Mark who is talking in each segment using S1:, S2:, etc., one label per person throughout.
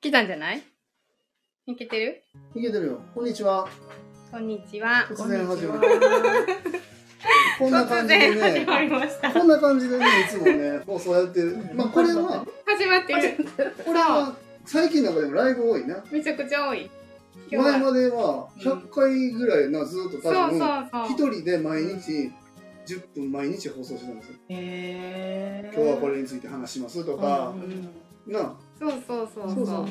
S1: 来たんじゃないいけてる
S2: いけてるよ。こんにちは。
S1: こんにちは。
S2: 突然始まる
S3: る。
S2: こんな感
S1: 突
S2: じで
S1: 然始
S2: ね、
S1: まりました。
S2: こんな感じでね、いつもね、もうそうやってる。まあこれは、
S1: 始まってる。
S2: これは最近の中でもライブ多いな。
S1: めちゃくちゃ多い。
S2: 前
S1: 今日は
S2: までは100回ぐらいな、ずっと
S1: そ
S2: 多
S1: う
S2: 分、
S1: そうそう。
S2: 一人で毎日、10分毎日放送してたんですよ。
S3: へー
S2: 今日はこれについて話しますとか
S3: う、ん
S2: なあ
S1: そうそうそう
S2: そう
S1: そ
S2: そう
S1: う。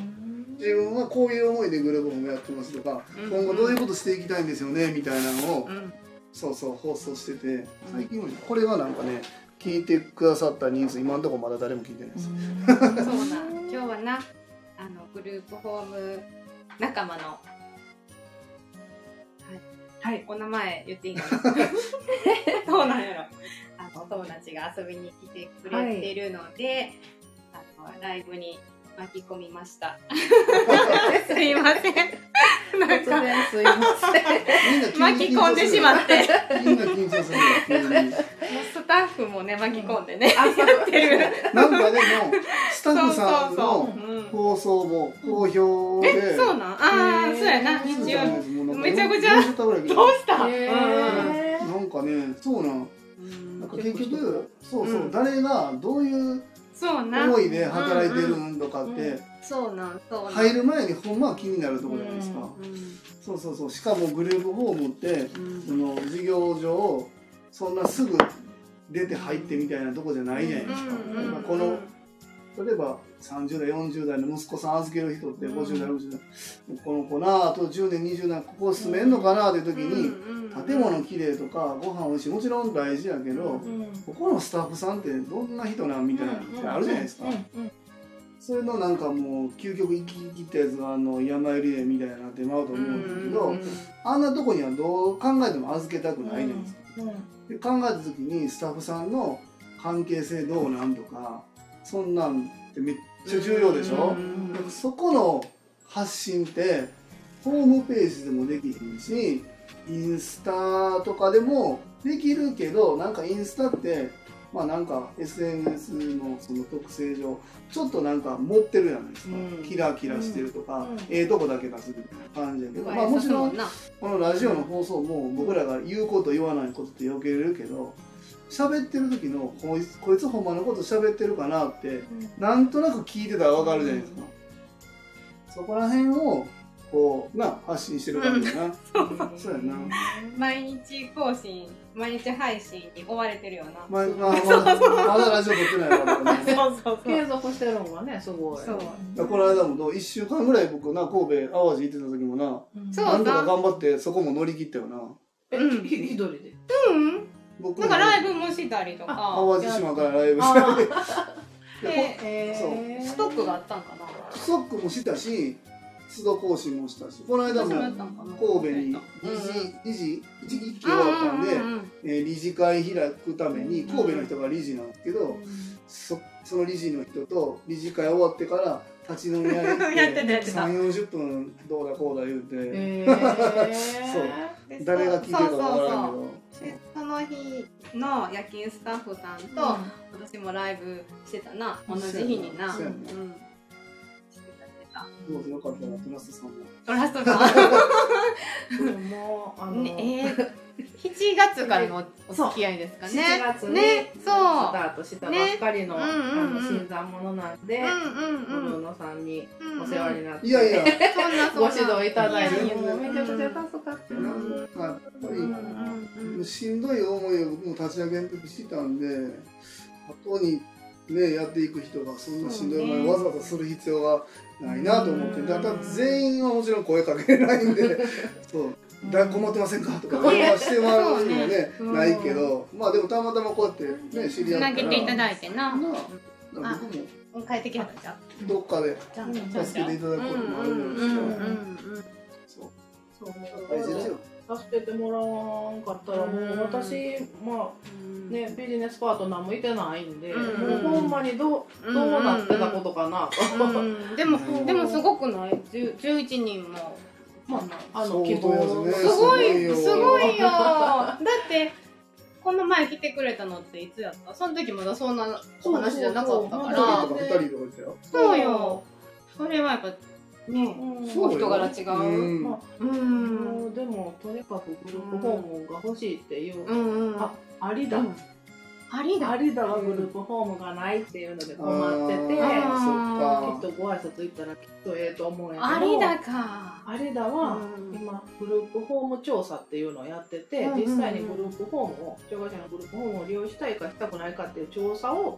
S2: 自分はこういう思いでグループホームやってますとか、
S1: うん
S2: 今後どういうことしていきたいんですよねみたいなのを、
S1: うん
S2: そうそう放送してて最近多いこれはなんかね聞いてくださった人数今のところまだ誰も聞いて ないです、
S1: そうだ。今日はな、あのグループホーム仲間の。はい。はい、お名前言って いいかな。どうなんやろ。あの友達が遊びに来てくれてるので、あのライブに巻き込みました。すいません。 なん
S3: 突
S1: か
S3: 然すいませ
S1: 巻き込んでしまって、もう
S2: たみんな緊張するよ急になんか
S1: スタッフもね巻き込んでね。
S3: ん。
S1: やってる。
S2: でもスタッフさんの
S1: うん
S2: 放送も好評で、
S1: え、そうなん。ああ、
S3: へー
S1: そうやな。日
S2: そう
S1: 曜
S2: なんですもうなんか
S1: めちゃくちゃ
S2: 40ぐらい来て
S1: どうした？
S3: へ
S2: な
S3: ー
S2: んかねそうなんなんか結
S3: 結構
S2: 局そうそう、
S1: うん
S2: 誰がどういう
S1: そうな。
S2: 思いで働いてるんとかって、
S3: うん
S1: そうなん、そうなん。
S2: 入る前にほんまは気になるところじゃないですか、
S1: う
S2: そうそうそうしかもグループホームって
S1: んうん
S2: その事業上そんなすぐ出て入ってみたいなとこじゃないじゃないですか、
S1: うんうん
S2: まあこの例えば30代40代の息子さん預ける人って
S1: うん
S2: 50代60代、この子なあと10年20年ここ住めんのかなっていう時に、
S1: うんうん
S2: 建物きれいとかご飯美味しいもちろん大事やけど、
S1: うん
S2: ここのスタッフさんってどんな人なんみたいなのってあるじゃないですか、それのなんかもう究極生き切ったやつはあの山入りでみたいになってまうと思うんだけど、
S1: うんうん
S2: あんなとこにはどう考えても預けたくないじゃないですか、で考えた時にスタッフさんの関係性どうなんとかそんなんってめっちゃ重要でしょ、
S1: うん
S2: でそこの発信ってホームページでもできひんしインスタとかでもできるけどなんかインスタってまあなんか SNS のその特性上ちょっとなんか持ってるじゃないですか、
S1: うん
S2: キラキラしてるとか、
S3: うんうん
S2: ええとこだけ出すみたいな感じやけど、まあ、
S1: 映え
S2: も
S1: さ
S2: ち
S1: そ
S2: ろん
S1: うな
S2: このラジオの放送も僕らが言うこと言わないことって避けれるけど喋ってる時のこいつこいつほんまのこと喋ってるかなってなんとなく聞いてたらわかるじゃないですか、そこら辺をこうな発信してる感じだな、そうやな
S1: 毎日更新、毎日配信に追われてるよな。
S2: まあまあまあまだラジオ撮ってないから
S1: そ
S2: ね
S1: うそうそう。
S3: 継続してるのがね、すごい。
S1: そう
S2: だからこの間もどう1週間ぐらい僕な神戸淡路行ってた時もな
S1: そう
S2: なんとか頑張ってそこも乗り切ったよな
S3: え
S1: うん
S3: ひ一人で。
S1: うん。
S2: 僕
S1: な
S2: も
S1: んかライブもしたりとか、
S2: 淡路島からライブしたり
S1: で
S2: そう
S1: ストックがあったんかな。
S2: ストックもしたし須戸行進もしたしこの間も
S1: 私もやったんかな
S2: 神戸に理事理事一期終わったんで、
S1: うんうんうん
S2: えー理事会開くために神戸の人が理事なんですけど、そその理事の人と理事会終わってから立ち飲み屋に行
S1: やってたやってた
S2: 3 4 0分どうだこうだ言うて、
S3: え
S2: そう
S1: で
S2: 誰が聞いてるか分からんけど
S1: そうそうそうでその日の夜勤スタッフさんと、私もライブしてたな同じ日にな
S2: そうや
S1: う
S2: なん
S1: してたしてた
S2: どうぞよかったらトラストさんも
S1: トラストさ
S3: う。でもあ
S1: ん、
S3: の
S1: ね、えー、7月からのお付き合いですかね
S3: 7月に
S1: ね
S3: ス
S1: そ
S3: タ
S1: う
S3: ートしたばっかりの
S1: ね
S3: あ
S1: うんうんうん
S3: の新参者なんで、
S1: う
S3: ブ
S1: んうんう
S3: ルー
S1: ん
S3: ノさんに
S1: うんうん
S3: お世話になって、
S2: いやいや
S1: そんなそんな
S3: ご指導いただいて、
S2: いやいや
S3: もうめちゃくちゃ助かって
S2: な
S3: ま
S2: んかやっぱり、
S1: うんうんうん
S2: しんどい思いを僕も立ち上げの時してたんで後にねやっていく人がそんなしんどい思いをわざわざする必要がないなと思って、
S3: うん
S2: だから全員はもちろん声かけれない んでそう「だ困ってませんか?」とか電話してもらうのもね
S3: そうね
S2: ないけどまあでもたまたまこうやってね知り
S1: つ
S2: 合った
S1: な
S2: ら
S1: げていただいてな
S2: なあなんか僕も
S1: 帰ってきはったじゃん
S2: どっかで
S1: ちゃんと
S3: うん
S1: ちゃんと
S2: 助けていただくこともある
S1: うん
S2: じゃ
S1: うんうん
S2: ないです
S1: う
S2: か
S1: んうん
S2: そう
S3: そう
S2: 大事ですよ
S3: 助けてもらわんかったらもう私、まあねビジネスパートナーもいてないんで、
S1: うん
S3: もうほんまにどうどうなってたことかなと、
S1: うんでも
S2: うん
S1: でもすごくない10 11人も
S3: まああ
S2: そう
S3: の希望
S2: です
S1: すごい
S2: すごいよ
S1: すごいよだってこの前来てくれたのっていつやったその時まだそんなお話じゃなかったか
S3: そうそう
S1: ら
S2: 一人と
S3: そう
S2: か二人とか言ってたよ
S1: そうよそれはやっぱね
S3: うん
S2: そうよ
S1: 人柄違う
S2: うん
S3: まあ
S1: うんうん
S3: もうでもとにかくグループ訪問が欲しいっていう、
S1: うん
S3: あありだ、
S1: うんありだ
S3: ありだはグループホームがないっていうので困ってて、
S1: あ
S2: あ
S1: ー
S3: きっとご挨拶行ったらきっとええと思うんや
S1: あ
S3: けど
S1: りだか
S3: ありだは
S1: うん
S3: 今グループホーム調査っていうのをやって
S1: う
S3: て、
S1: んうんうん
S3: 実際にグループホームを障害者のグループホームを利用したいかしたくないかっていう調査を、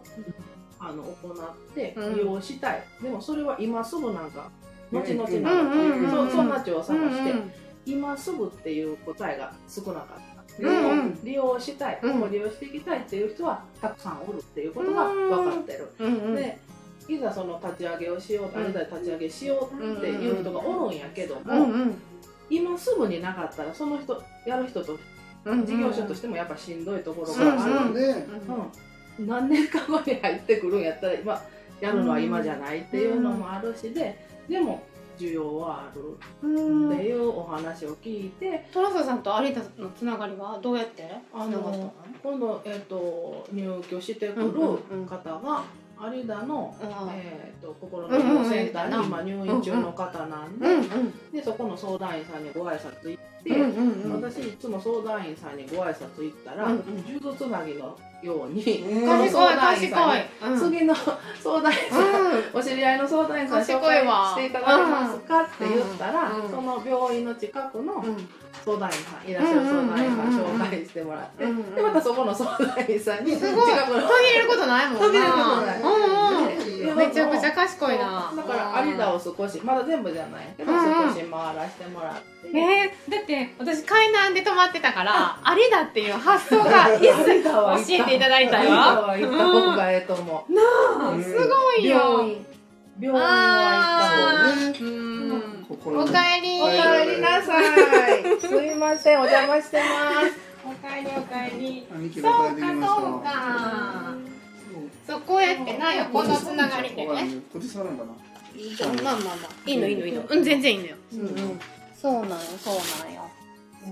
S3: あの行って
S1: うん
S3: 利用したい、でもそれは今すぐなんか
S2: うん
S3: 後々な
S1: うんうんうんうん
S3: のか、そうそんな調査
S1: うんう
S3: が
S1: ん
S3: して、今すぐっていう答えが少なかった。で
S1: うんう
S3: も
S1: ん
S3: 利用したい、
S1: うん
S3: もう利用していきたいっていう人はたくさんおるっていうことが分かってる。
S1: うんうん
S3: でいざその立ち上げをしよう、
S1: うん
S3: あれだ立ち上げしようっていう人がおるんやけども、
S1: うんうん
S3: 今すぐになかったらその人やる人と
S1: うん
S3: 事業者としててもやっぱしんどいところ
S2: そう
S3: がある、
S2: だね
S3: うん何年か後に入ってくるんやったら今やるのは今じゃないっていうのもあるしででも需要はあるっていうお話を聞いて
S1: トラサさんと有田のつながりはどうやってつ
S3: あ
S1: ながったの
S3: の今度、えっと入居してくる方が有田の、
S1: あー
S3: えっと心の医療センターに今入院中の方なんで,、
S1: うんうん
S3: でそこの相談員さんにご挨拶行って。
S1: うんうんうん
S3: 私いつも相談員さんにご挨拶行ったら
S1: うんう
S3: 数
S1: ん
S3: 珠、つなぎのように、
S2: うん
S1: 賢い
S3: 相談員さ
S1: 賢い
S3: んに
S1: うん
S3: 次の相談員さん、お知り合いの相談員さん
S1: 賢
S3: 紹
S1: い
S3: 介
S1: わ
S3: していただけますかって言ったら、
S1: うんうん
S3: その病院の近くの
S1: うん
S3: 相談員さんいらっしゃる相談員さん紹介してもらって、
S1: うんうん
S3: でまたそこの相談員さんに
S1: すごい
S3: 近く
S1: 途
S3: の
S1: 切れることないもんな
S3: 途切れることない
S1: うんうん
S2: いい
S3: で
S2: よ
S1: めちゃくちゃ賢いな
S3: だから有田を少しまだ全部じゃないけど
S1: うんうん
S3: 少し回らせてもらって、
S1: えー、だって私海南で泊まってたからありだっていう発想が一切
S3: 有田は行った
S1: 教えていただいたよ
S3: 有田は行った方がええと思う、
S2: うん
S1: すごいよ
S3: 病院病院は行っ
S1: あーうんおかえり
S3: たおかえりなさいすいませんお邪魔してます
S1: おかえりおかえり
S2: 兄貴
S1: そう
S2: が
S1: か
S2: 帰ってきました
S1: そうかそうこうやってな横のつながりでね
S2: こっち座るんかな
S1: まあまあまあいいのいいのいいのうん全然いいのよ
S2: うんうん
S1: そうなのそうなのよ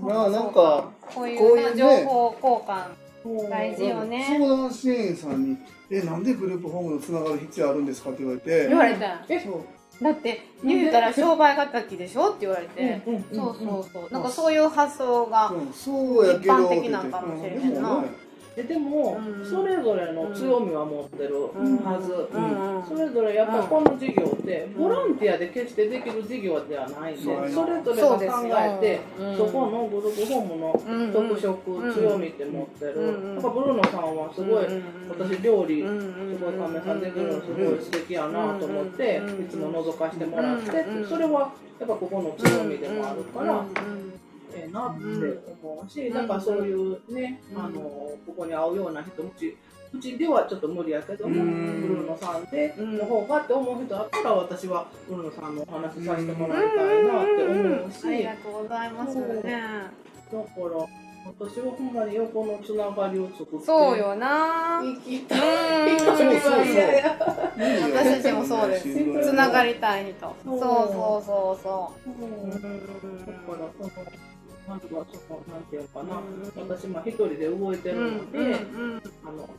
S2: まあなんか
S1: こうい
S2: こういううね
S1: な情報交換大事
S2: 相
S1: よね
S2: 談支援員さんに「えなんでグループホームのつながる必要あるんですか?」って言われて
S1: 言われたよ
S3: え
S2: そう
S1: だって言うたら商売敵でしょって言われて
S3: うんうん
S1: そうそうそうなんかそういう発想が
S2: うんそうやけど
S1: 一般的なんかもしれへんな
S2: うでもね
S3: えでも、
S1: うん
S3: それぞれの強みは持ってるはず、
S1: うんうん
S3: それぞれやっぱこの事業ってボランティアで決してできる事業ではないんで、
S2: そうやな
S3: それぞれ
S1: そうで
S3: が
S1: す
S3: 考
S1: よ
S3: えて
S1: うん
S3: そこのグループホームの特色、
S1: うん
S3: 強みって持ってる、
S1: うん
S3: やっぱブルーノさんはすごい、私料理、すごいカメさんできるのすごい素敵やなと思って、
S1: うん
S3: いつも覗かしてもらって、
S1: うん
S3: それはやっぱここの強みでもあるから、ええなって思うし、
S1: うん
S3: なんかそういうね、
S1: うん
S3: あのここに合うような人うちうちではちょっと無理やけども、
S2: うん
S3: ブルーノさんで
S1: うん
S3: の方がって思う人だったら私はブルーノさんのお話しさせてもらいたいなって思うし、
S1: あり
S3: だ
S1: が
S3: か
S1: とうございますね
S3: ら私はほんまに横のつながりを作って
S1: そうよな
S3: 生き
S1: う
S3: たい
S1: ん
S3: そ
S2: そうそう
S3: いやいや
S1: 私たちもそうですつながりたい人そうそうそうそ
S3: うんだから
S1: う
S3: そのなんとかそのなんていうのかな、私まあ一人で動いてるので、あの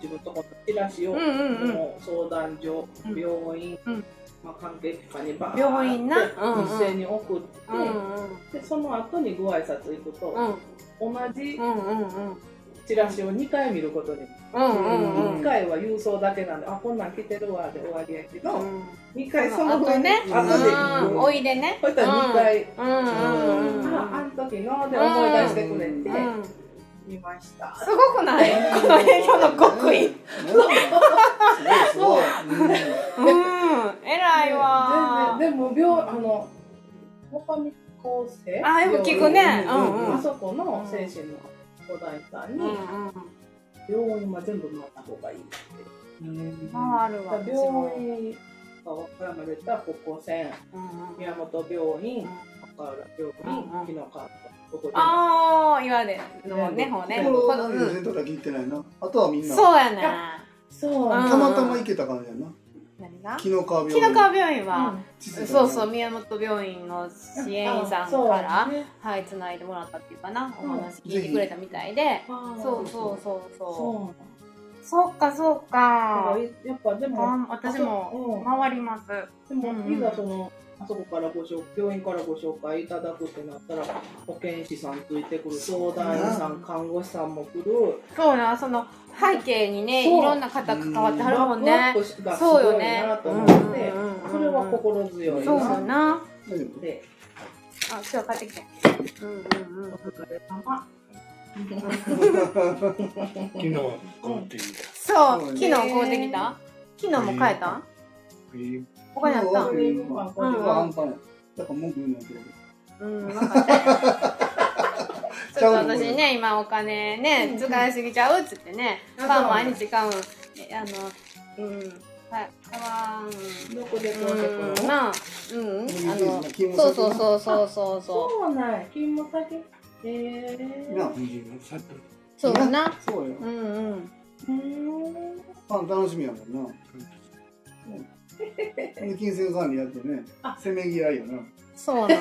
S3: 自分とこのチラシを、
S1: うんうんうん
S3: もう相談所、
S1: うん
S3: 病院、
S1: うん
S3: まあ、関係機関にバーッて
S1: 病院なうんうん
S3: 一斉に送って、
S1: うん
S3: でその後にご挨拶行く
S1: う
S3: と、
S1: ん
S3: 同じ
S1: うんうんうん
S3: チラシを2回見ることに、
S1: うんうん
S3: 1回は郵送だけなんであこんなん来てるわで終わりやけど、
S1: うん
S3: 2回そ
S1: あ
S3: の
S1: と
S3: 後に
S1: ね
S3: 後で
S2: う
S3: 行
S2: ん
S3: く
S1: おいでね
S3: こういったら2回、
S1: うんうんうん
S3: ああん時ので思い出してくれて、
S1: うん
S3: 見ました。
S1: すごくないこの人の極意。
S2: すごいすごいうん
S1: うん、偉いわー。
S3: 全然でも病あの最上高生
S1: あよく聞くね
S3: 病院
S2: うんうん
S3: あそこの精神のお大さんに、
S1: う
S3: 病院は全部回った方がいいって
S1: ん、あるわ。
S3: 病院が和歌山で言ったらここ線
S1: うん。
S3: 宮本病
S1: う
S3: 院
S1: ん
S3: 和歌
S1: うんう
S3: 山病
S1: ん
S3: 院日野川ここで
S1: ああ、岩でのね、ほうね。
S2: 心
S1: こ
S2: の
S1: のう
S2: 友
S1: ん
S2: 人とだけ行ってないなあとはみんな
S1: そうやね。
S3: そう
S1: うん
S2: たまたま行けたからやな
S1: 何が？
S2: 紀の川病
S1: 木の川病院は、
S3: う
S1: そうそう宮本病院の支援員さんからはい繋いでもらったっていうかな、お話聞いてくれたみたいで、そうそうそうそう。
S3: そう
S1: そうかそうか
S3: だからやっぱでも、
S1: あ私も
S3: あ
S1: 回ります
S3: そううんで
S1: う
S3: も
S1: ん
S3: いざそのあそこからご紹病院からご紹介いただくってなったら保健師さんついてくる相談員さ
S1: うん
S3: ん看護師さんも来る
S1: そうなその背景にねい
S3: そう
S1: ろんな方関わってはるもん
S3: バ
S1: ね
S3: ックアップがす
S1: そうよ
S3: ごい
S1: ね
S3: なと
S1: う
S3: 思
S1: ん
S3: って、
S1: うんうん
S3: それは心強い
S1: そう
S2: だ
S1: よ
S3: な
S1: な
S2: 大丈夫
S3: で
S1: あ今日買ってきてうんうんうん
S3: お疲れ様
S4: 昨日買ってきた。
S1: そう
S2: そう
S1: 昨
S2: ね
S1: 日買うてきた昨日も買えたん
S4: え
S1: 他にあった
S2: うんん
S1: う
S2: これ
S1: ん
S2: はアンパンやだから文句言うなんて
S1: うん分かったちょっと私ね今お金
S3: う
S1: ね
S3: ん
S1: 使いすぎちゃうっつってね
S3: うん
S1: パン毎日買うんえあのうんか買わん
S3: どこで買うてく
S1: うん
S3: る
S1: まあうんあの
S2: の
S1: そうそうそうそうそうそう
S3: そうなんや勤務先へえ
S2: な
S4: さっき
S1: そうだな
S2: そうよ
S1: うんうん
S3: うん
S2: パン楽しみやもんなで金銭管理やってね
S3: あ
S2: せめぎ合いよな
S1: そうなんだ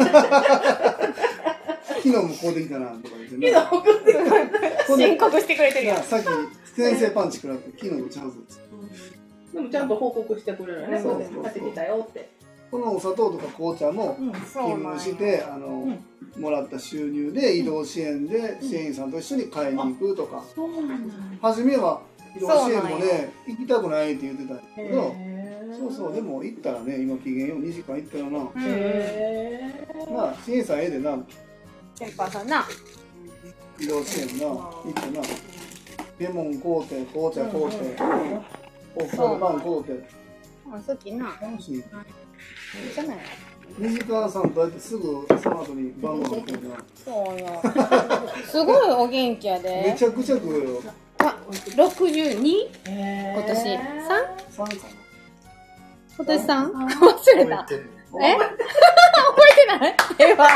S2: 昨日もこうできたなとか言って
S3: け
S2: ね
S3: ど送ってくれた
S2: ほんで
S1: 申告してくれてるよ
S2: なさっき先生パンチ食らって昨日打ち合わせ
S3: でもちゃんと報告してくれるよね
S2: そう
S3: これ
S2: そう
S3: 買ってきたよって
S2: このお砂糖とか紅茶も
S3: うん
S1: そう
S2: 勤
S1: なん
S2: 務
S1: や
S2: してあの、
S3: ん
S2: もらった収入で移動支援で支援員さんと一緒に買いに行くとか、
S3: そうなんだ
S2: 初めは移動支援
S1: そ
S2: も
S1: うなんや
S2: ね行きたくないって言ってたんやけど
S3: へえ
S2: そうそうでも行ったらね今期限よ2時間行ったよな、
S1: うん
S3: へえ
S2: まあ支援さんええでな
S1: ケンパーさんな
S2: 移動支援な
S3: うん
S2: 行ってなレモン買うて紅茶買うてお
S1: そう
S2: そパン買うて
S1: あ好きな
S2: 楽しい
S1: じゃない
S2: 2時間さんとやってすぐその後に晩ご飯食うてな
S1: そう よすごいお元気や
S2: め
S1: で
S2: ちゃくちゃ食うよ
S1: 62
S3: 今
S1: 今年三
S2: 3かな
S1: 今年さん忘
S3: あ
S1: れ
S4: 覚
S1: た
S4: えてん
S1: え覚えてないええわ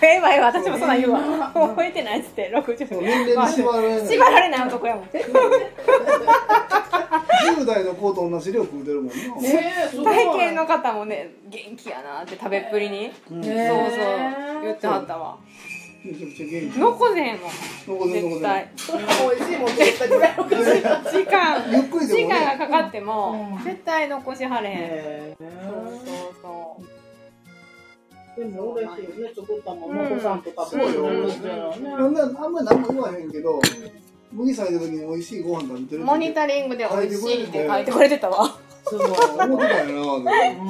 S1: ええわええわ私もそんなん言うわ覚えてないっつって
S2: そ
S1: 60
S2: う年齢に縛られない
S1: 縛られない男やもん
S2: 10代の子と同じ量食うてるもんな、
S3: ねえすごい
S1: 体型の方もね元気やなって食べっぷりに
S2: うん
S3: ね
S1: そう
S3: え
S1: そう言ってはったわ
S2: めちゃくちゃ元気
S1: 残せへんもん
S2: 残せ残
S1: 絶
S2: せ
S1: 対
S3: それは美味しいもん作ったぐらいの感じ
S1: 時間
S2: ゆっくりで
S1: 時
S2: も
S1: 間が
S2: ね
S1: かかっても
S3: うん
S1: 絶対残しはれへん
S3: へ
S1: そう
S3: え
S1: そうそう
S3: でも嬉しいよね作ったもんお子さんとか
S2: そうよ
S3: うんう
S2: あ
S3: ん
S2: んなあんまり何も言わへんけど麦さんいた時に美味しいご飯食べてる
S1: モニタリングで美味しいって書いてくれてたわ
S3: すごい
S2: 思ってたよなって
S1: そう
S3: う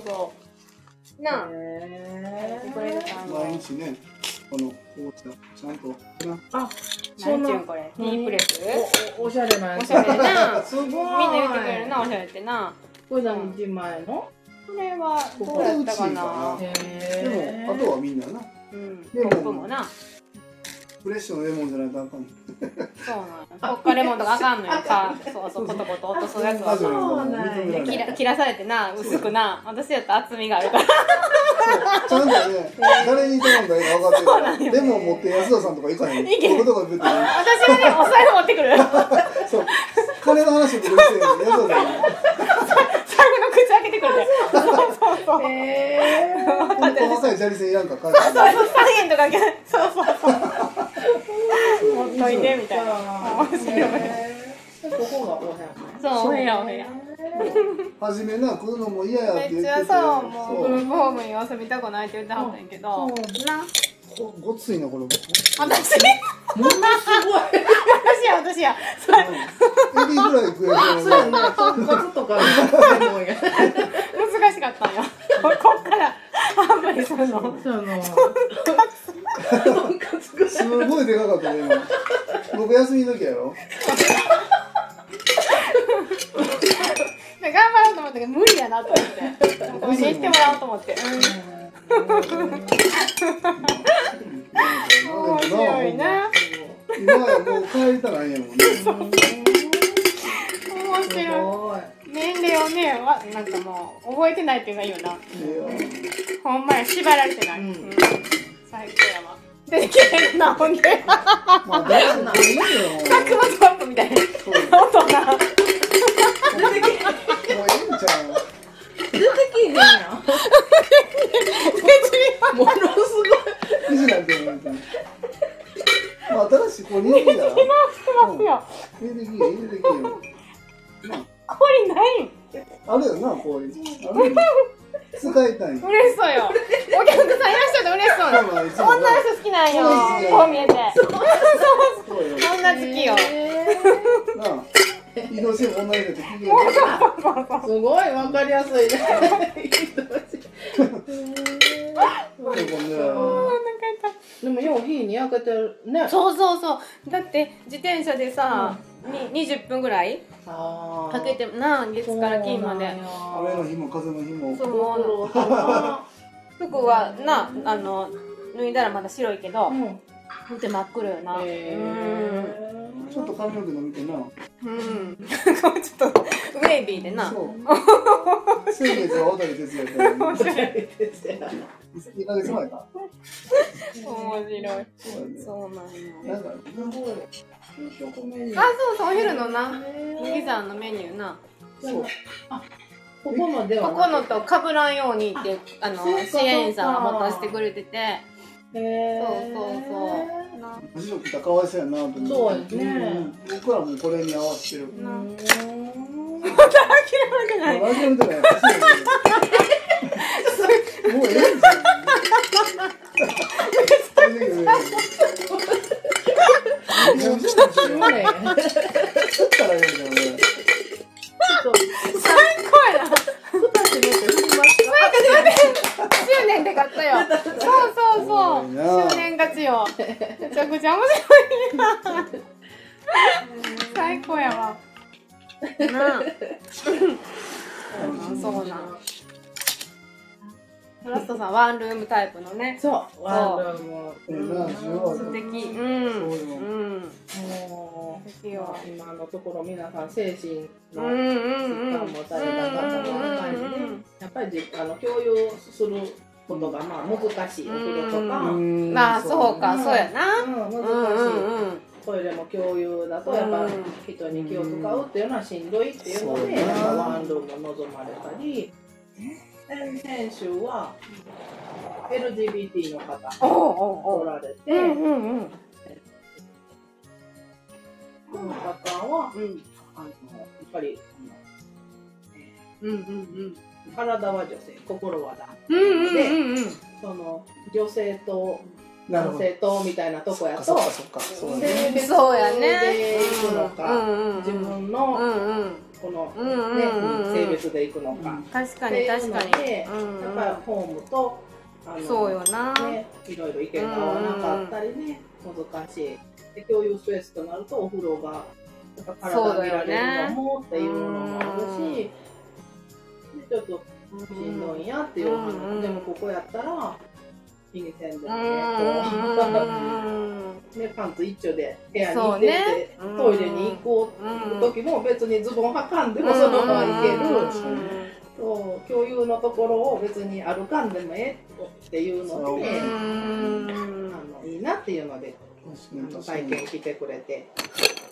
S1: そうそうなあ
S3: へえ
S1: これですか
S2: 毎日ねこの紅茶ちゃんと
S3: あそ
S1: 何
S3: ん
S1: ちゅ
S3: な
S1: うんこれニープレス
S3: おおおしゃれなや
S1: お
S3: つ
S1: しゃれな
S3: すごいみん
S1: みんな言ってくれるなおしゃれってな
S3: これ何日前の
S1: これはどうやったかな
S2: こ
S3: へ
S2: で
S3: え
S2: もあとはみんなな
S1: うんコ
S2: でも
S1: ップもな
S2: フレッシュのレモンじゃないとあかん
S1: そうなのポッカレモンとかあかんのよかそうそうコトコト落とすやつは
S2: あ
S1: さ
S3: そうなんや
S2: 認めら
S1: 切
S2: れない
S1: ら切らされてな薄くな私やったら厚みがあるから
S2: そうちゃんとね誰に頼んだらいいか分かってるレモン持って安田さんとか行かへん
S1: 行けへん
S2: 僕とか別に
S1: 私がねお財布持ってくる 財布の
S2: そう金の話とかしてるの安田さんに
S1: 口開けてくるでそうそうそう
S3: へえ
S2: この細い砂利線いらんかから
S1: そうそう3円とかけそうそうそう持っといてみたいな面白い
S3: ここがお部屋
S1: そうお部屋お部屋
S2: 初めな来るのも嫌やって
S1: め
S2: 言
S1: っ
S2: って
S1: ち
S2: て
S1: ゃそうもう
S2: そ
S1: ブル
S2: う
S1: ームホームに遊びたくないって言ってはったんやけど
S3: うん
S1: な
S2: こごっついなこれも
S1: 私
S3: ものすごい
S1: 私や私やそれ
S2: エビぐらい食えるよ
S3: そうやねとんかつとかのレモンや
S1: 難しかったんよここっから半分にするの
S3: そのとんかつぐらい
S2: すごいでかかったね今僕休みの時やろ
S1: で頑張ろうと思ったけど無理やなと思ってここに行ってもらおうと思ってうん面白いな
S2: 今やもう帰りたらええんやもんね
S1: 面
S3: す
S1: 白い
S3: ごい
S1: 年齢をねわなんかもう覚えてないっていうのがいいよな
S2: え
S1: ほんまや縛られてない、
S3: うん
S1: うん最高やわ出てけへんな ほんでタ
S2: えまあ大丈夫いいよ
S1: クマトラップみたいな
S2: そうもう
S1: 音が
S2: ええんちゃう
S3: 出てきへんやものす
S2: 記事なんてもんみたいなまあ新しい子にいいや
S1: 聞きますよ
S2: 入れてきよ入れてきよ
S1: 氷ないん
S2: あるよな氷あるよ使いたいんや
S1: 嬉しそうよ。お客さんいらっしゃって嬉しそう
S2: 多
S1: な。
S2: 分いつも
S1: 女の人好きなんよ。こう見えて。
S2: そうよ
S1: 女好きよ。
S2: なあ移動しても女の人って聞くよ
S3: すごいわかりやすいね。でもよう火に焼けてるね。
S1: そうそうそう。だって自転車でさ、に20分ぐらい
S3: あ
S1: かけてな月から金まで。
S2: 雨の日も風の日も
S1: そう
S3: も
S1: もう服はなあの脱いだらまだ白いけど、見て真っ黒よな。
S2: ちょっと髪の毛伸びてな
S1: うん。うん。 ちょっとウェイビーでな。
S2: そう先月は小谷哲也やったのに1ヶ月前か
S1: 面白い。
S2: そうやね
S1: そうなんよ。
S2: なんか
S1: あ、そうそうお昼のな。ギザンのメニューな。
S2: そう
S3: ここのでは
S1: ここのと被らんようにってあの
S3: そうか
S1: 支援員さんが持たせてくれてて
S2: 後ろ来たらかわいそうやなと思って
S3: そうですね
S2: ん僕らもこれに合わせてる
S1: 諦めて
S2: まあ
S1: ない
S2: ラジオみたいなやつもうええんじゃんめちゃくちゃ面白い撮ったらええんじゃん俺
S1: 最高やな執念で買ったよそうそう
S2: おもろ
S1: そう
S2: いな
S1: 執念勝ちよめちゃくちゃ面白いな最高やわなあうんそうなんラストさんワンルームタイプのね
S3: そう、ワンルーム。
S2: ええな需要あ
S1: 素
S2: る
S1: 敵うん
S2: そうよ
S1: うん
S3: も
S1: 素
S3: う
S1: 敵よ
S3: 今のところ皆さん精神
S1: う
S3: の
S1: んうんう
S3: 疾
S1: んうん
S3: 患持たれた方の中にねやっぱりじあの共有することがまあ難しいお風呂とか、
S1: う
S3: うん
S2: ん
S1: まあそうか
S3: うん
S1: そうやな
S3: 難しい、
S1: うんうんうん
S3: トイレも共有だとやっぱ
S1: うん
S3: 人に気を使うっていうのはしんどいっていうの
S2: そう
S3: で、
S2: ね
S3: やっぱワンルーム望まれたりで先週は LGBT の方
S1: おう
S3: が
S1: おう
S3: お
S1: おう
S3: られて、
S1: うん
S3: こ
S1: うんうん
S3: の方は
S1: うん
S3: あのやっぱり
S1: うんうん
S3: 体は女性心は男
S1: うんうんうんうんうん
S3: その女性と
S2: なる
S3: 男
S2: ほど
S3: 性とみたいなとこや
S2: そ
S3: と
S2: っかそっかそうやね
S3: 性別
S1: そうや
S3: で
S1: ね
S3: 行くのか、
S1: うんうんうん
S3: 自分
S1: うん
S3: の
S1: うん
S3: この、ね
S1: うんうんうん
S3: 性別で行くのか、
S1: 確かに確か
S3: って
S1: に
S3: いうので
S1: うんうん
S3: やっぱりホームとあの
S1: そうよな
S3: ね、いろいろ意見が合わなかったりね、難しいで共有スペースとなるとお風呂がやっぱ体見られるのもっていうのもある
S1: そうだよ
S3: し、
S1: ね
S3: でちょっとしんどいんやっていうお話、
S1: うん
S3: でもここやったら気にせんでも
S1: う
S3: ね
S1: んうん
S3: と ねパンツ一丁で部屋に行ってて、
S1: そうね
S3: トイレに行こう
S1: うん
S3: 時も別にズボンはかんでもそのまま行ける、
S1: うんうんうん
S3: そう共有のところを別に歩かんでもええっていうので、
S2: そう
S1: うん
S3: あのいいなっていうのであの
S2: 確か
S3: 体
S2: に
S3: 験来てくれて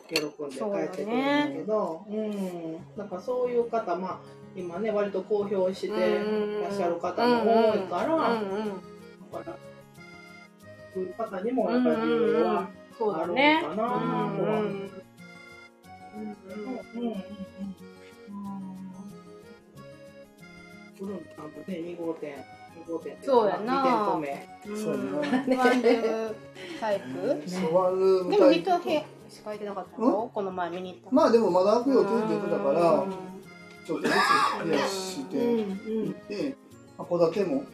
S3: 喜んで帰ってくるんだけどう,、んなんかそういう方まあ今ね割と公表していらっしゃる方も多いから、
S1: うんうん
S3: だからそういう方にもやっぱり需要は
S1: そうだね
S3: あるのかな
S1: うんうん
S3: うんうんうんブルーンさんとね2号店2号店
S1: そうやな
S3: 2店舗目
S2: そうや
S1: うんワンルームタイプ
S2: そうワンルーム
S1: でも
S2: タイ
S1: 一
S2: プ
S1: 部屋しか空いてなかったのこの前見に行った
S2: まあでもまだ開く予定って言ってたから
S1: うん
S2: ちょっとずつ増やし
S3: う
S2: て
S3: ん
S2: いっ
S3: うん
S2: て函館も考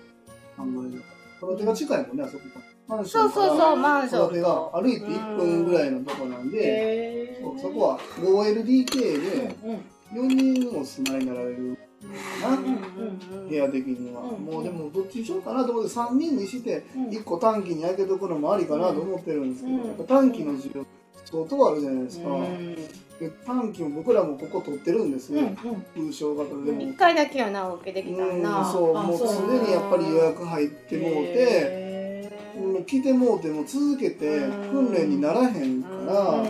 S2: える函館が近いもんねあそこからマンショ
S1: そう
S2: ンか
S1: そう
S2: ら
S1: そうマンショ
S2: 函
S1: ン
S2: 館が歩いて1分ぐらいのとこなんで
S3: へ
S2: そう
S3: ー
S2: そこは 5LDK
S3: うん
S2: で
S3: うん
S2: 4人お住まいになられる
S1: うん
S2: な部屋的には
S3: うん
S2: もうでもどっちにしようかなと思って3人にして
S3: うん
S2: 1個短期に開けとくのもありかなと思ってるんですけど
S3: うん
S2: やっぱ短期の需要相当あるじゃないですか
S3: うん
S2: で短期も僕らもここ取ってるんです
S3: うんう
S2: よ
S3: ん
S2: 空床型でも
S1: 一回だけよなお受けできた
S2: うん
S1: んな
S2: そう
S3: あ
S2: もう
S3: そう
S2: すでにやっぱり予約入ってもうて、
S3: へー
S2: もう来てもうても続けて
S1: うん
S2: 訓練にならへんから、
S1: う
S2: ど
S1: ん
S3: う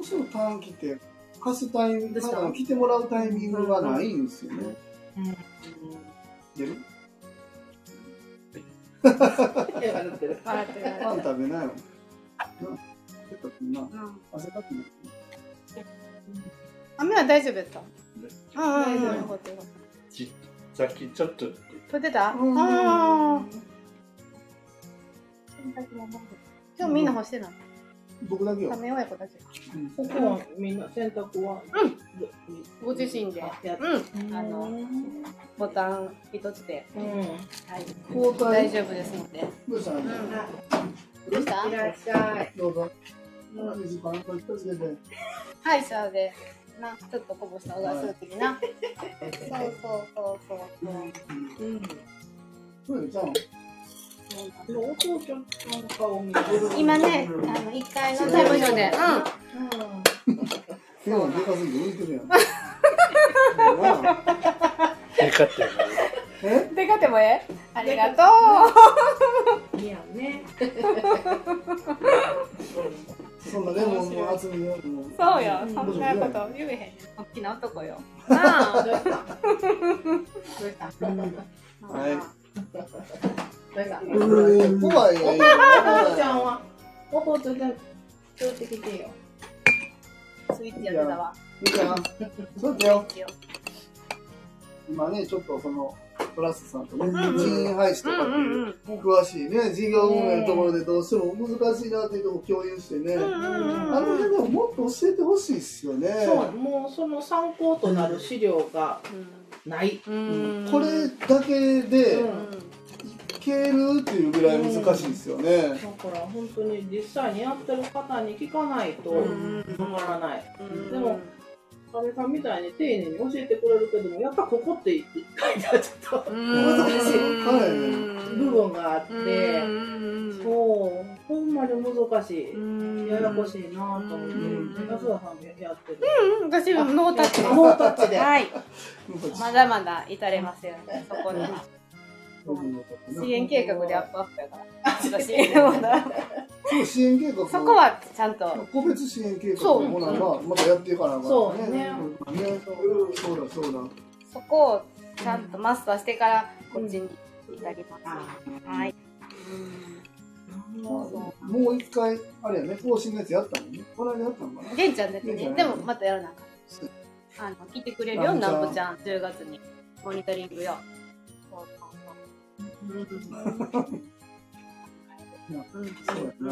S2: うしても短期って貸すタイミング
S1: どうした
S2: あの来てもらうタイミングがないんですよね。
S3: んうん
S2: 出る
S3: 手が塗ってる
S1: 笑ってる
S2: パン食べなよ。な、ちょっとな、汗かくな。
S1: 雨は大丈夫だった。ああ、
S3: 大丈夫
S1: なるほど。
S5: ちっさっきちょっとって
S1: 取れた。ああ
S2: うん
S1: ー。今日みんな干してない。
S2: 僕だけよ、
S1: 亀親子だけ。
S2: うん
S3: ここはみんな洗濯は
S1: うん
S3: ど
S6: ご自身で
S3: あやっ
S1: うん。
S6: あの
S3: うん
S6: ボタン一つで、はい、
S2: 交代
S6: 大丈夫ですので。
S2: どうしたの
S1: どうした
S6: いらっしゃい。
S2: どうぞあ水かなこれ一つでね
S1: 歯医者で、な、ちょっとこぼした方がするときな。そうそうそうそう。
S2: うん
S3: うん
S2: そうよじゃあ
S3: でもお父ちゃんの顔見た
S2: うん
S1: 今ね、あの、一階の事務所で、
S2: 手がでかすぎて浮いてるや んほらな
S5: でかってるから
S2: え
S1: うん。でかてもええありがと
S3: いいやね
S2: そんなレモンの厚みでも
S1: う。そうよ、
S3: うん
S1: そんなこと言えへん。
S6: 大きな男よ。
S1: なあ。
S3: どうしたどうした
S2: はい
S3: どうした
S2: うーん怖いよ
S3: お父ちゃんはお父ちゃん連れてきてよ
S1: スイッチやってたわ。
S2: みかんそうだよ
S1: いいよ
S2: 今ねちょっとそのトラスさんとね人員配置とかっていう
S1: うん。
S2: 詳しいね事業運営のところでどうしても難しいなっていうとこ共有してね、
S3: うん
S2: あの辺でももっと教えてほしいですよね。
S3: そうもうその参考となる資料がない
S6: うん
S2: これだけで
S3: う
S2: い
S3: ん
S2: けるっていうぐらい難しいですよ
S3: だ
S2: ね。
S3: から本当に実際にやってる方に聞かないとわ
S6: ん
S3: からない
S6: うん
S3: でもかみさんみたいに丁寧に教えてくれるけどもやっぱここって一回じゃちょっと
S6: 難
S2: 難しい
S3: 部分があってそうほんまに難しいややこしいなと思って
S6: うん
S3: 安田さんでやってる
S1: うん私はノータッチです。
S3: ノータッチで
S1: はい。まだまだ至れません。そこに。支援計画でアップアップやから。私、まだ。
S2: そう支援計画を
S1: そこはちゃんと。
S2: 個別支援計画をもなままたやっていかなあかんから
S3: そうね
S2: うんねそうだそうだ。
S1: そこをちゃんとマスターしてから、こっちに至ります。はい。
S2: もう一回あれやね更新のやつやったもんね。この間やったのかな。
S1: 玄ちゃんだけね。でもまたやらなあかん。あの、来てくれるよ、
S2: な
S1: なん
S2: ぼちゃん
S1: んぼちゃん。10月に。モニタリングよ。そうそうそううん
S2: そうやな。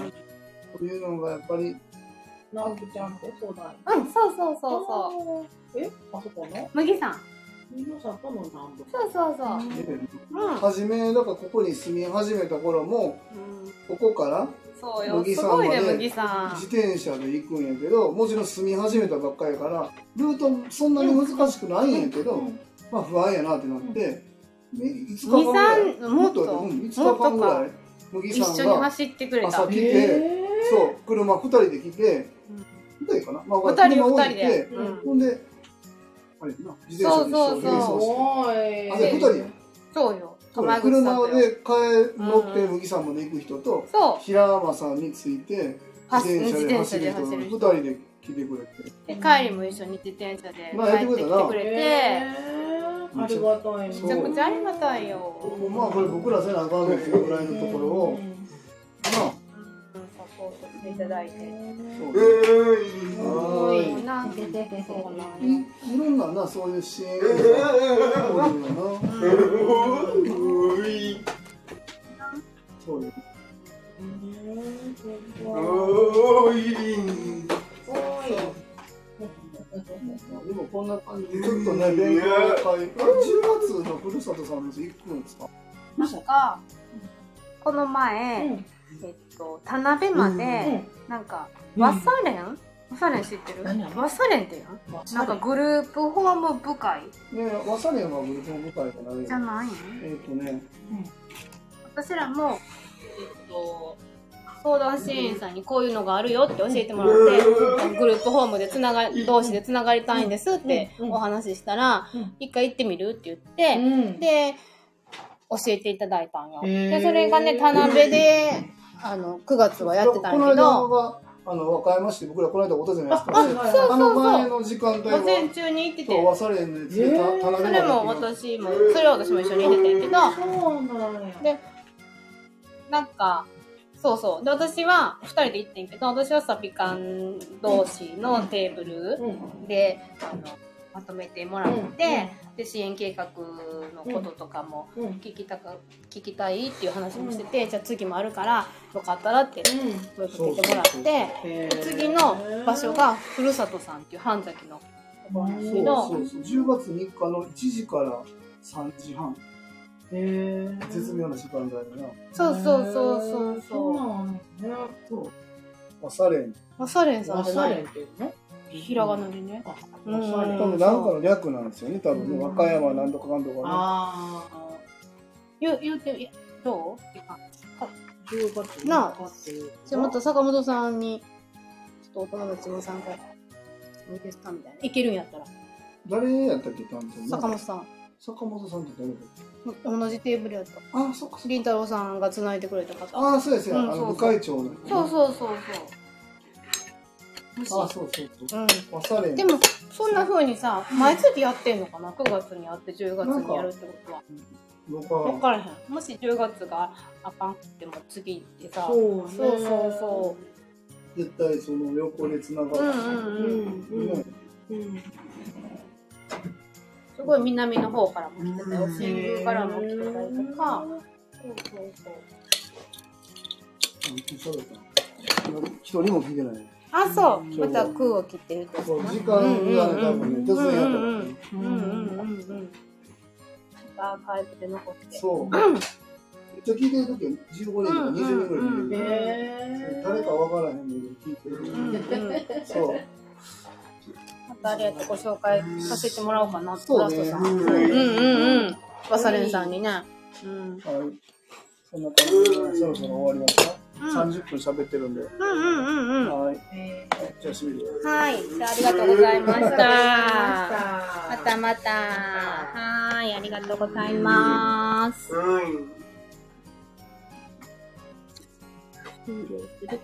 S2: というのがやっぱり
S3: 直樹ちゃんと相談員
S1: うん、そうそうそうそう。
S3: うえあそこの
S1: 麦さん。
S3: 皆さんとの南部
S1: そうそうそう。
S2: 出てる
S1: うん。
S2: 初めだからここに住み始めた頃も
S1: うん
S2: ここから
S1: そうよ。
S2: 麦
S1: す
S2: さんま
S1: ご
S2: で
S1: いね、麦さん
S2: 自。転車で行くんやけどもちろん住み始めたばっかりやからルートそんなに難しくないんやけど、まあ不安やなってなって、ね5日間ぐらい
S1: 二三もっと
S2: うん5日間ぐらい麦
S1: 一
S2: さん
S1: 緒に
S2: が
S1: 走ってくれ
S2: 朝
S1: た
S2: 来。て、そう車2人で来て、二人かな、まあ、
S1: 二人
S2: 車
S1: 二
S2: 置
S1: 人
S2: い
S1: で
S2: て。
S1: う
S3: うんん
S2: ほんであれやな自転車で一緒に
S1: そうそうそう
S3: ごい
S2: あじゃあ2人や
S1: そうよ。
S2: 車
S1: 玉口さんとよ。
S2: で帰乗って麦さんまで行く人と、
S1: そう。
S2: 平山さんについて
S1: は
S2: 自
S1: 自
S2: 転車
S1: 転車
S2: で走る
S1: で
S2: 人
S1: 走
S2: の
S1: る
S2: 2
S1: 人。
S2: 人で来てくれて
S1: で、帰りも一緒に自転車で帰
S2: まあやって
S1: っ
S2: く
S1: てき
S2: れた
S1: て
S2: な
S1: くれて、
S3: えー、ありがたい
S2: そ
S1: めちゃくちゃありがたいよ。
S2: まあこれ僕らせなあかんのですよぐらいのところをまあ
S1: うんサポートしていただいて。
S2: そう
S1: そう
S2: は
S1: なんでそうないんよ
S2: いいろんななそういう支援が多いよなそうよでもこんな感じでちょっとね勉強会あ10月のふるさとさんのやつ行くんですか
S1: なんか、この前、えっと、田辺まで、なんか、和サレン和サレン知ってる
S3: 何や
S1: 和サレンってやんなんかグループホーム部会
S2: ねわされんはグループの舞台じゃない
S1: じゃ
S2: よ
S1: ないん
S2: えっとね
S1: 私らも、えっと、相談支援員さんにこういうのがあるよって教えてもらって、グループホームでつなが、同士でつながりたいんですって
S3: うんうん
S1: お話ししたら
S3: うん、
S1: 一回行ってみるって言って、で、教えていただいたんよ。
S3: へー
S1: で、それがね、田辺で、あの、9月はやってたんや
S2: こ
S1: け
S2: の間
S1: ど、
S2: があの和歌山市で僕らこの間おったじゃないですか
S3: ああそうそうそう
S2: あの前の時間帯
S1: 午前
S2: は
S1: 中に行って
S2: そう
S1: て、
S2: 和されんのやつ
S3: え
S2: で
S3: ー
S2: た棚
S1: そ
S2: で
S1: れも私も、それは私も一緒に行っててんけど、
S3: そうなんや
S1: なんか、そうそう。で、私は、二人で行ってんけど、私はサピカン同士のテーブル
S3: うん
S1: で、あの、まとめてもらって、で、支援計画のこととかも
S3: うんうん
S1: 聞きたか、聞きたいっていう話もしてて、じゃあ次もあるから、よかったらって声かけてもらっ
S2: そうそうそう
S1: て、で
S3: へー
S1: 次の場所が、ふるさとさんっていう半崎のところなんですけど、
S2: そうそう10月3日の1時から3時半
S3: へー
S2: 絶妙な時間帯だな
S1: そうそうそうそう
S3: そう
S1: そう。
S3: なんやね
S2: そうおしゃれに
S1: おしゃれんさん
S3: お
S1: じゃ
S3: しゃ
S1: な
S3: れ
S1: い
S3: っていうの
S1: ひらがなでね。
S3: あ
S1: うん
S3: おしゃれ
S2: 多分なんかの略なんですよね多分ね
S3: うん
S2: 和歌山なんとかかんとか
S3: ああ
S1: 言う、言うて、いやどう
S3: 10月
S1: なあ
S3: 3日っていう
S1: じゃあまた坂本さんに、ちょっとお友達も参加いいですかみたいな。いけるんやったら。
S2: ね誰やったっけ担当
S1: 坂本さん。
S2: 坂本さんって誰だっけ
S1: 同じテーブルやった。
S2: あそっかそっか
S1: 凛太郎さんが繋いでくれた方。
S2: ああそうですよ、
S1: うん
S2: あ
S1: そうそ
S2: の
S1: う
S2: 部会長
S1: そ
S2: の
S1: う
S2: う
S1: そうそうそう。
S2: あ
S1: も
S2: あ
S1: し。
S2: そうそうそう
S1: うん。
S2: おしゃれに
S1: でも、そんな風にさ、毎月やってんのかな ?9 月にやって10月にやるってことは。
S2: 僕は
S1: わからへん。もし10月があかんくても次ってさ、
S3: そうね
S1: そうそうそ
S2: 絶対その横でつながる、
S1: う。うんうんうん。
S3: うんうん
S2: ね
S3: うん
S1: すごい南の方からも来てたよ。新宮からも来てたりとか。
S2: うんそうだった一人も聞いてない
S1: あ、そう。また空を切ってるって
S2: そう
S1: な
S2: 時間がね多分ね突然やった
S1: うん
S2: も
S1: うん
S2: ね
S1: うんうんうん。アーカイブで残って。
S2: そうめっちゃ聞いてる時は15年とか20年ぐらい聞いてる
S3: へー
S2: 誰かわからへんけど聞いてる
S1: うんうん
S2: そう
S1: またあれやってご紹介させてもらおうかな、
S2: そう
S1: ラスト
S2: ね
S1: さん。
S2: う
S1: うん
S2: ん
S1: うんうん。バサレンさんにね。うん。
S2: はいそんな感じでそろそろ終わりますか
S1: うん
S2: 30分喋ってるんで
S1: うんうんうんうん。
S2: はい
S3: え
S2: じゃあ締めるよ
S1: はい。じゃあありがとうございまし
S3: ー
S1: た。ま
S3: ま
S1: たまた。はーい、ありがとうございます。
S2: はい
S1: 失礼する。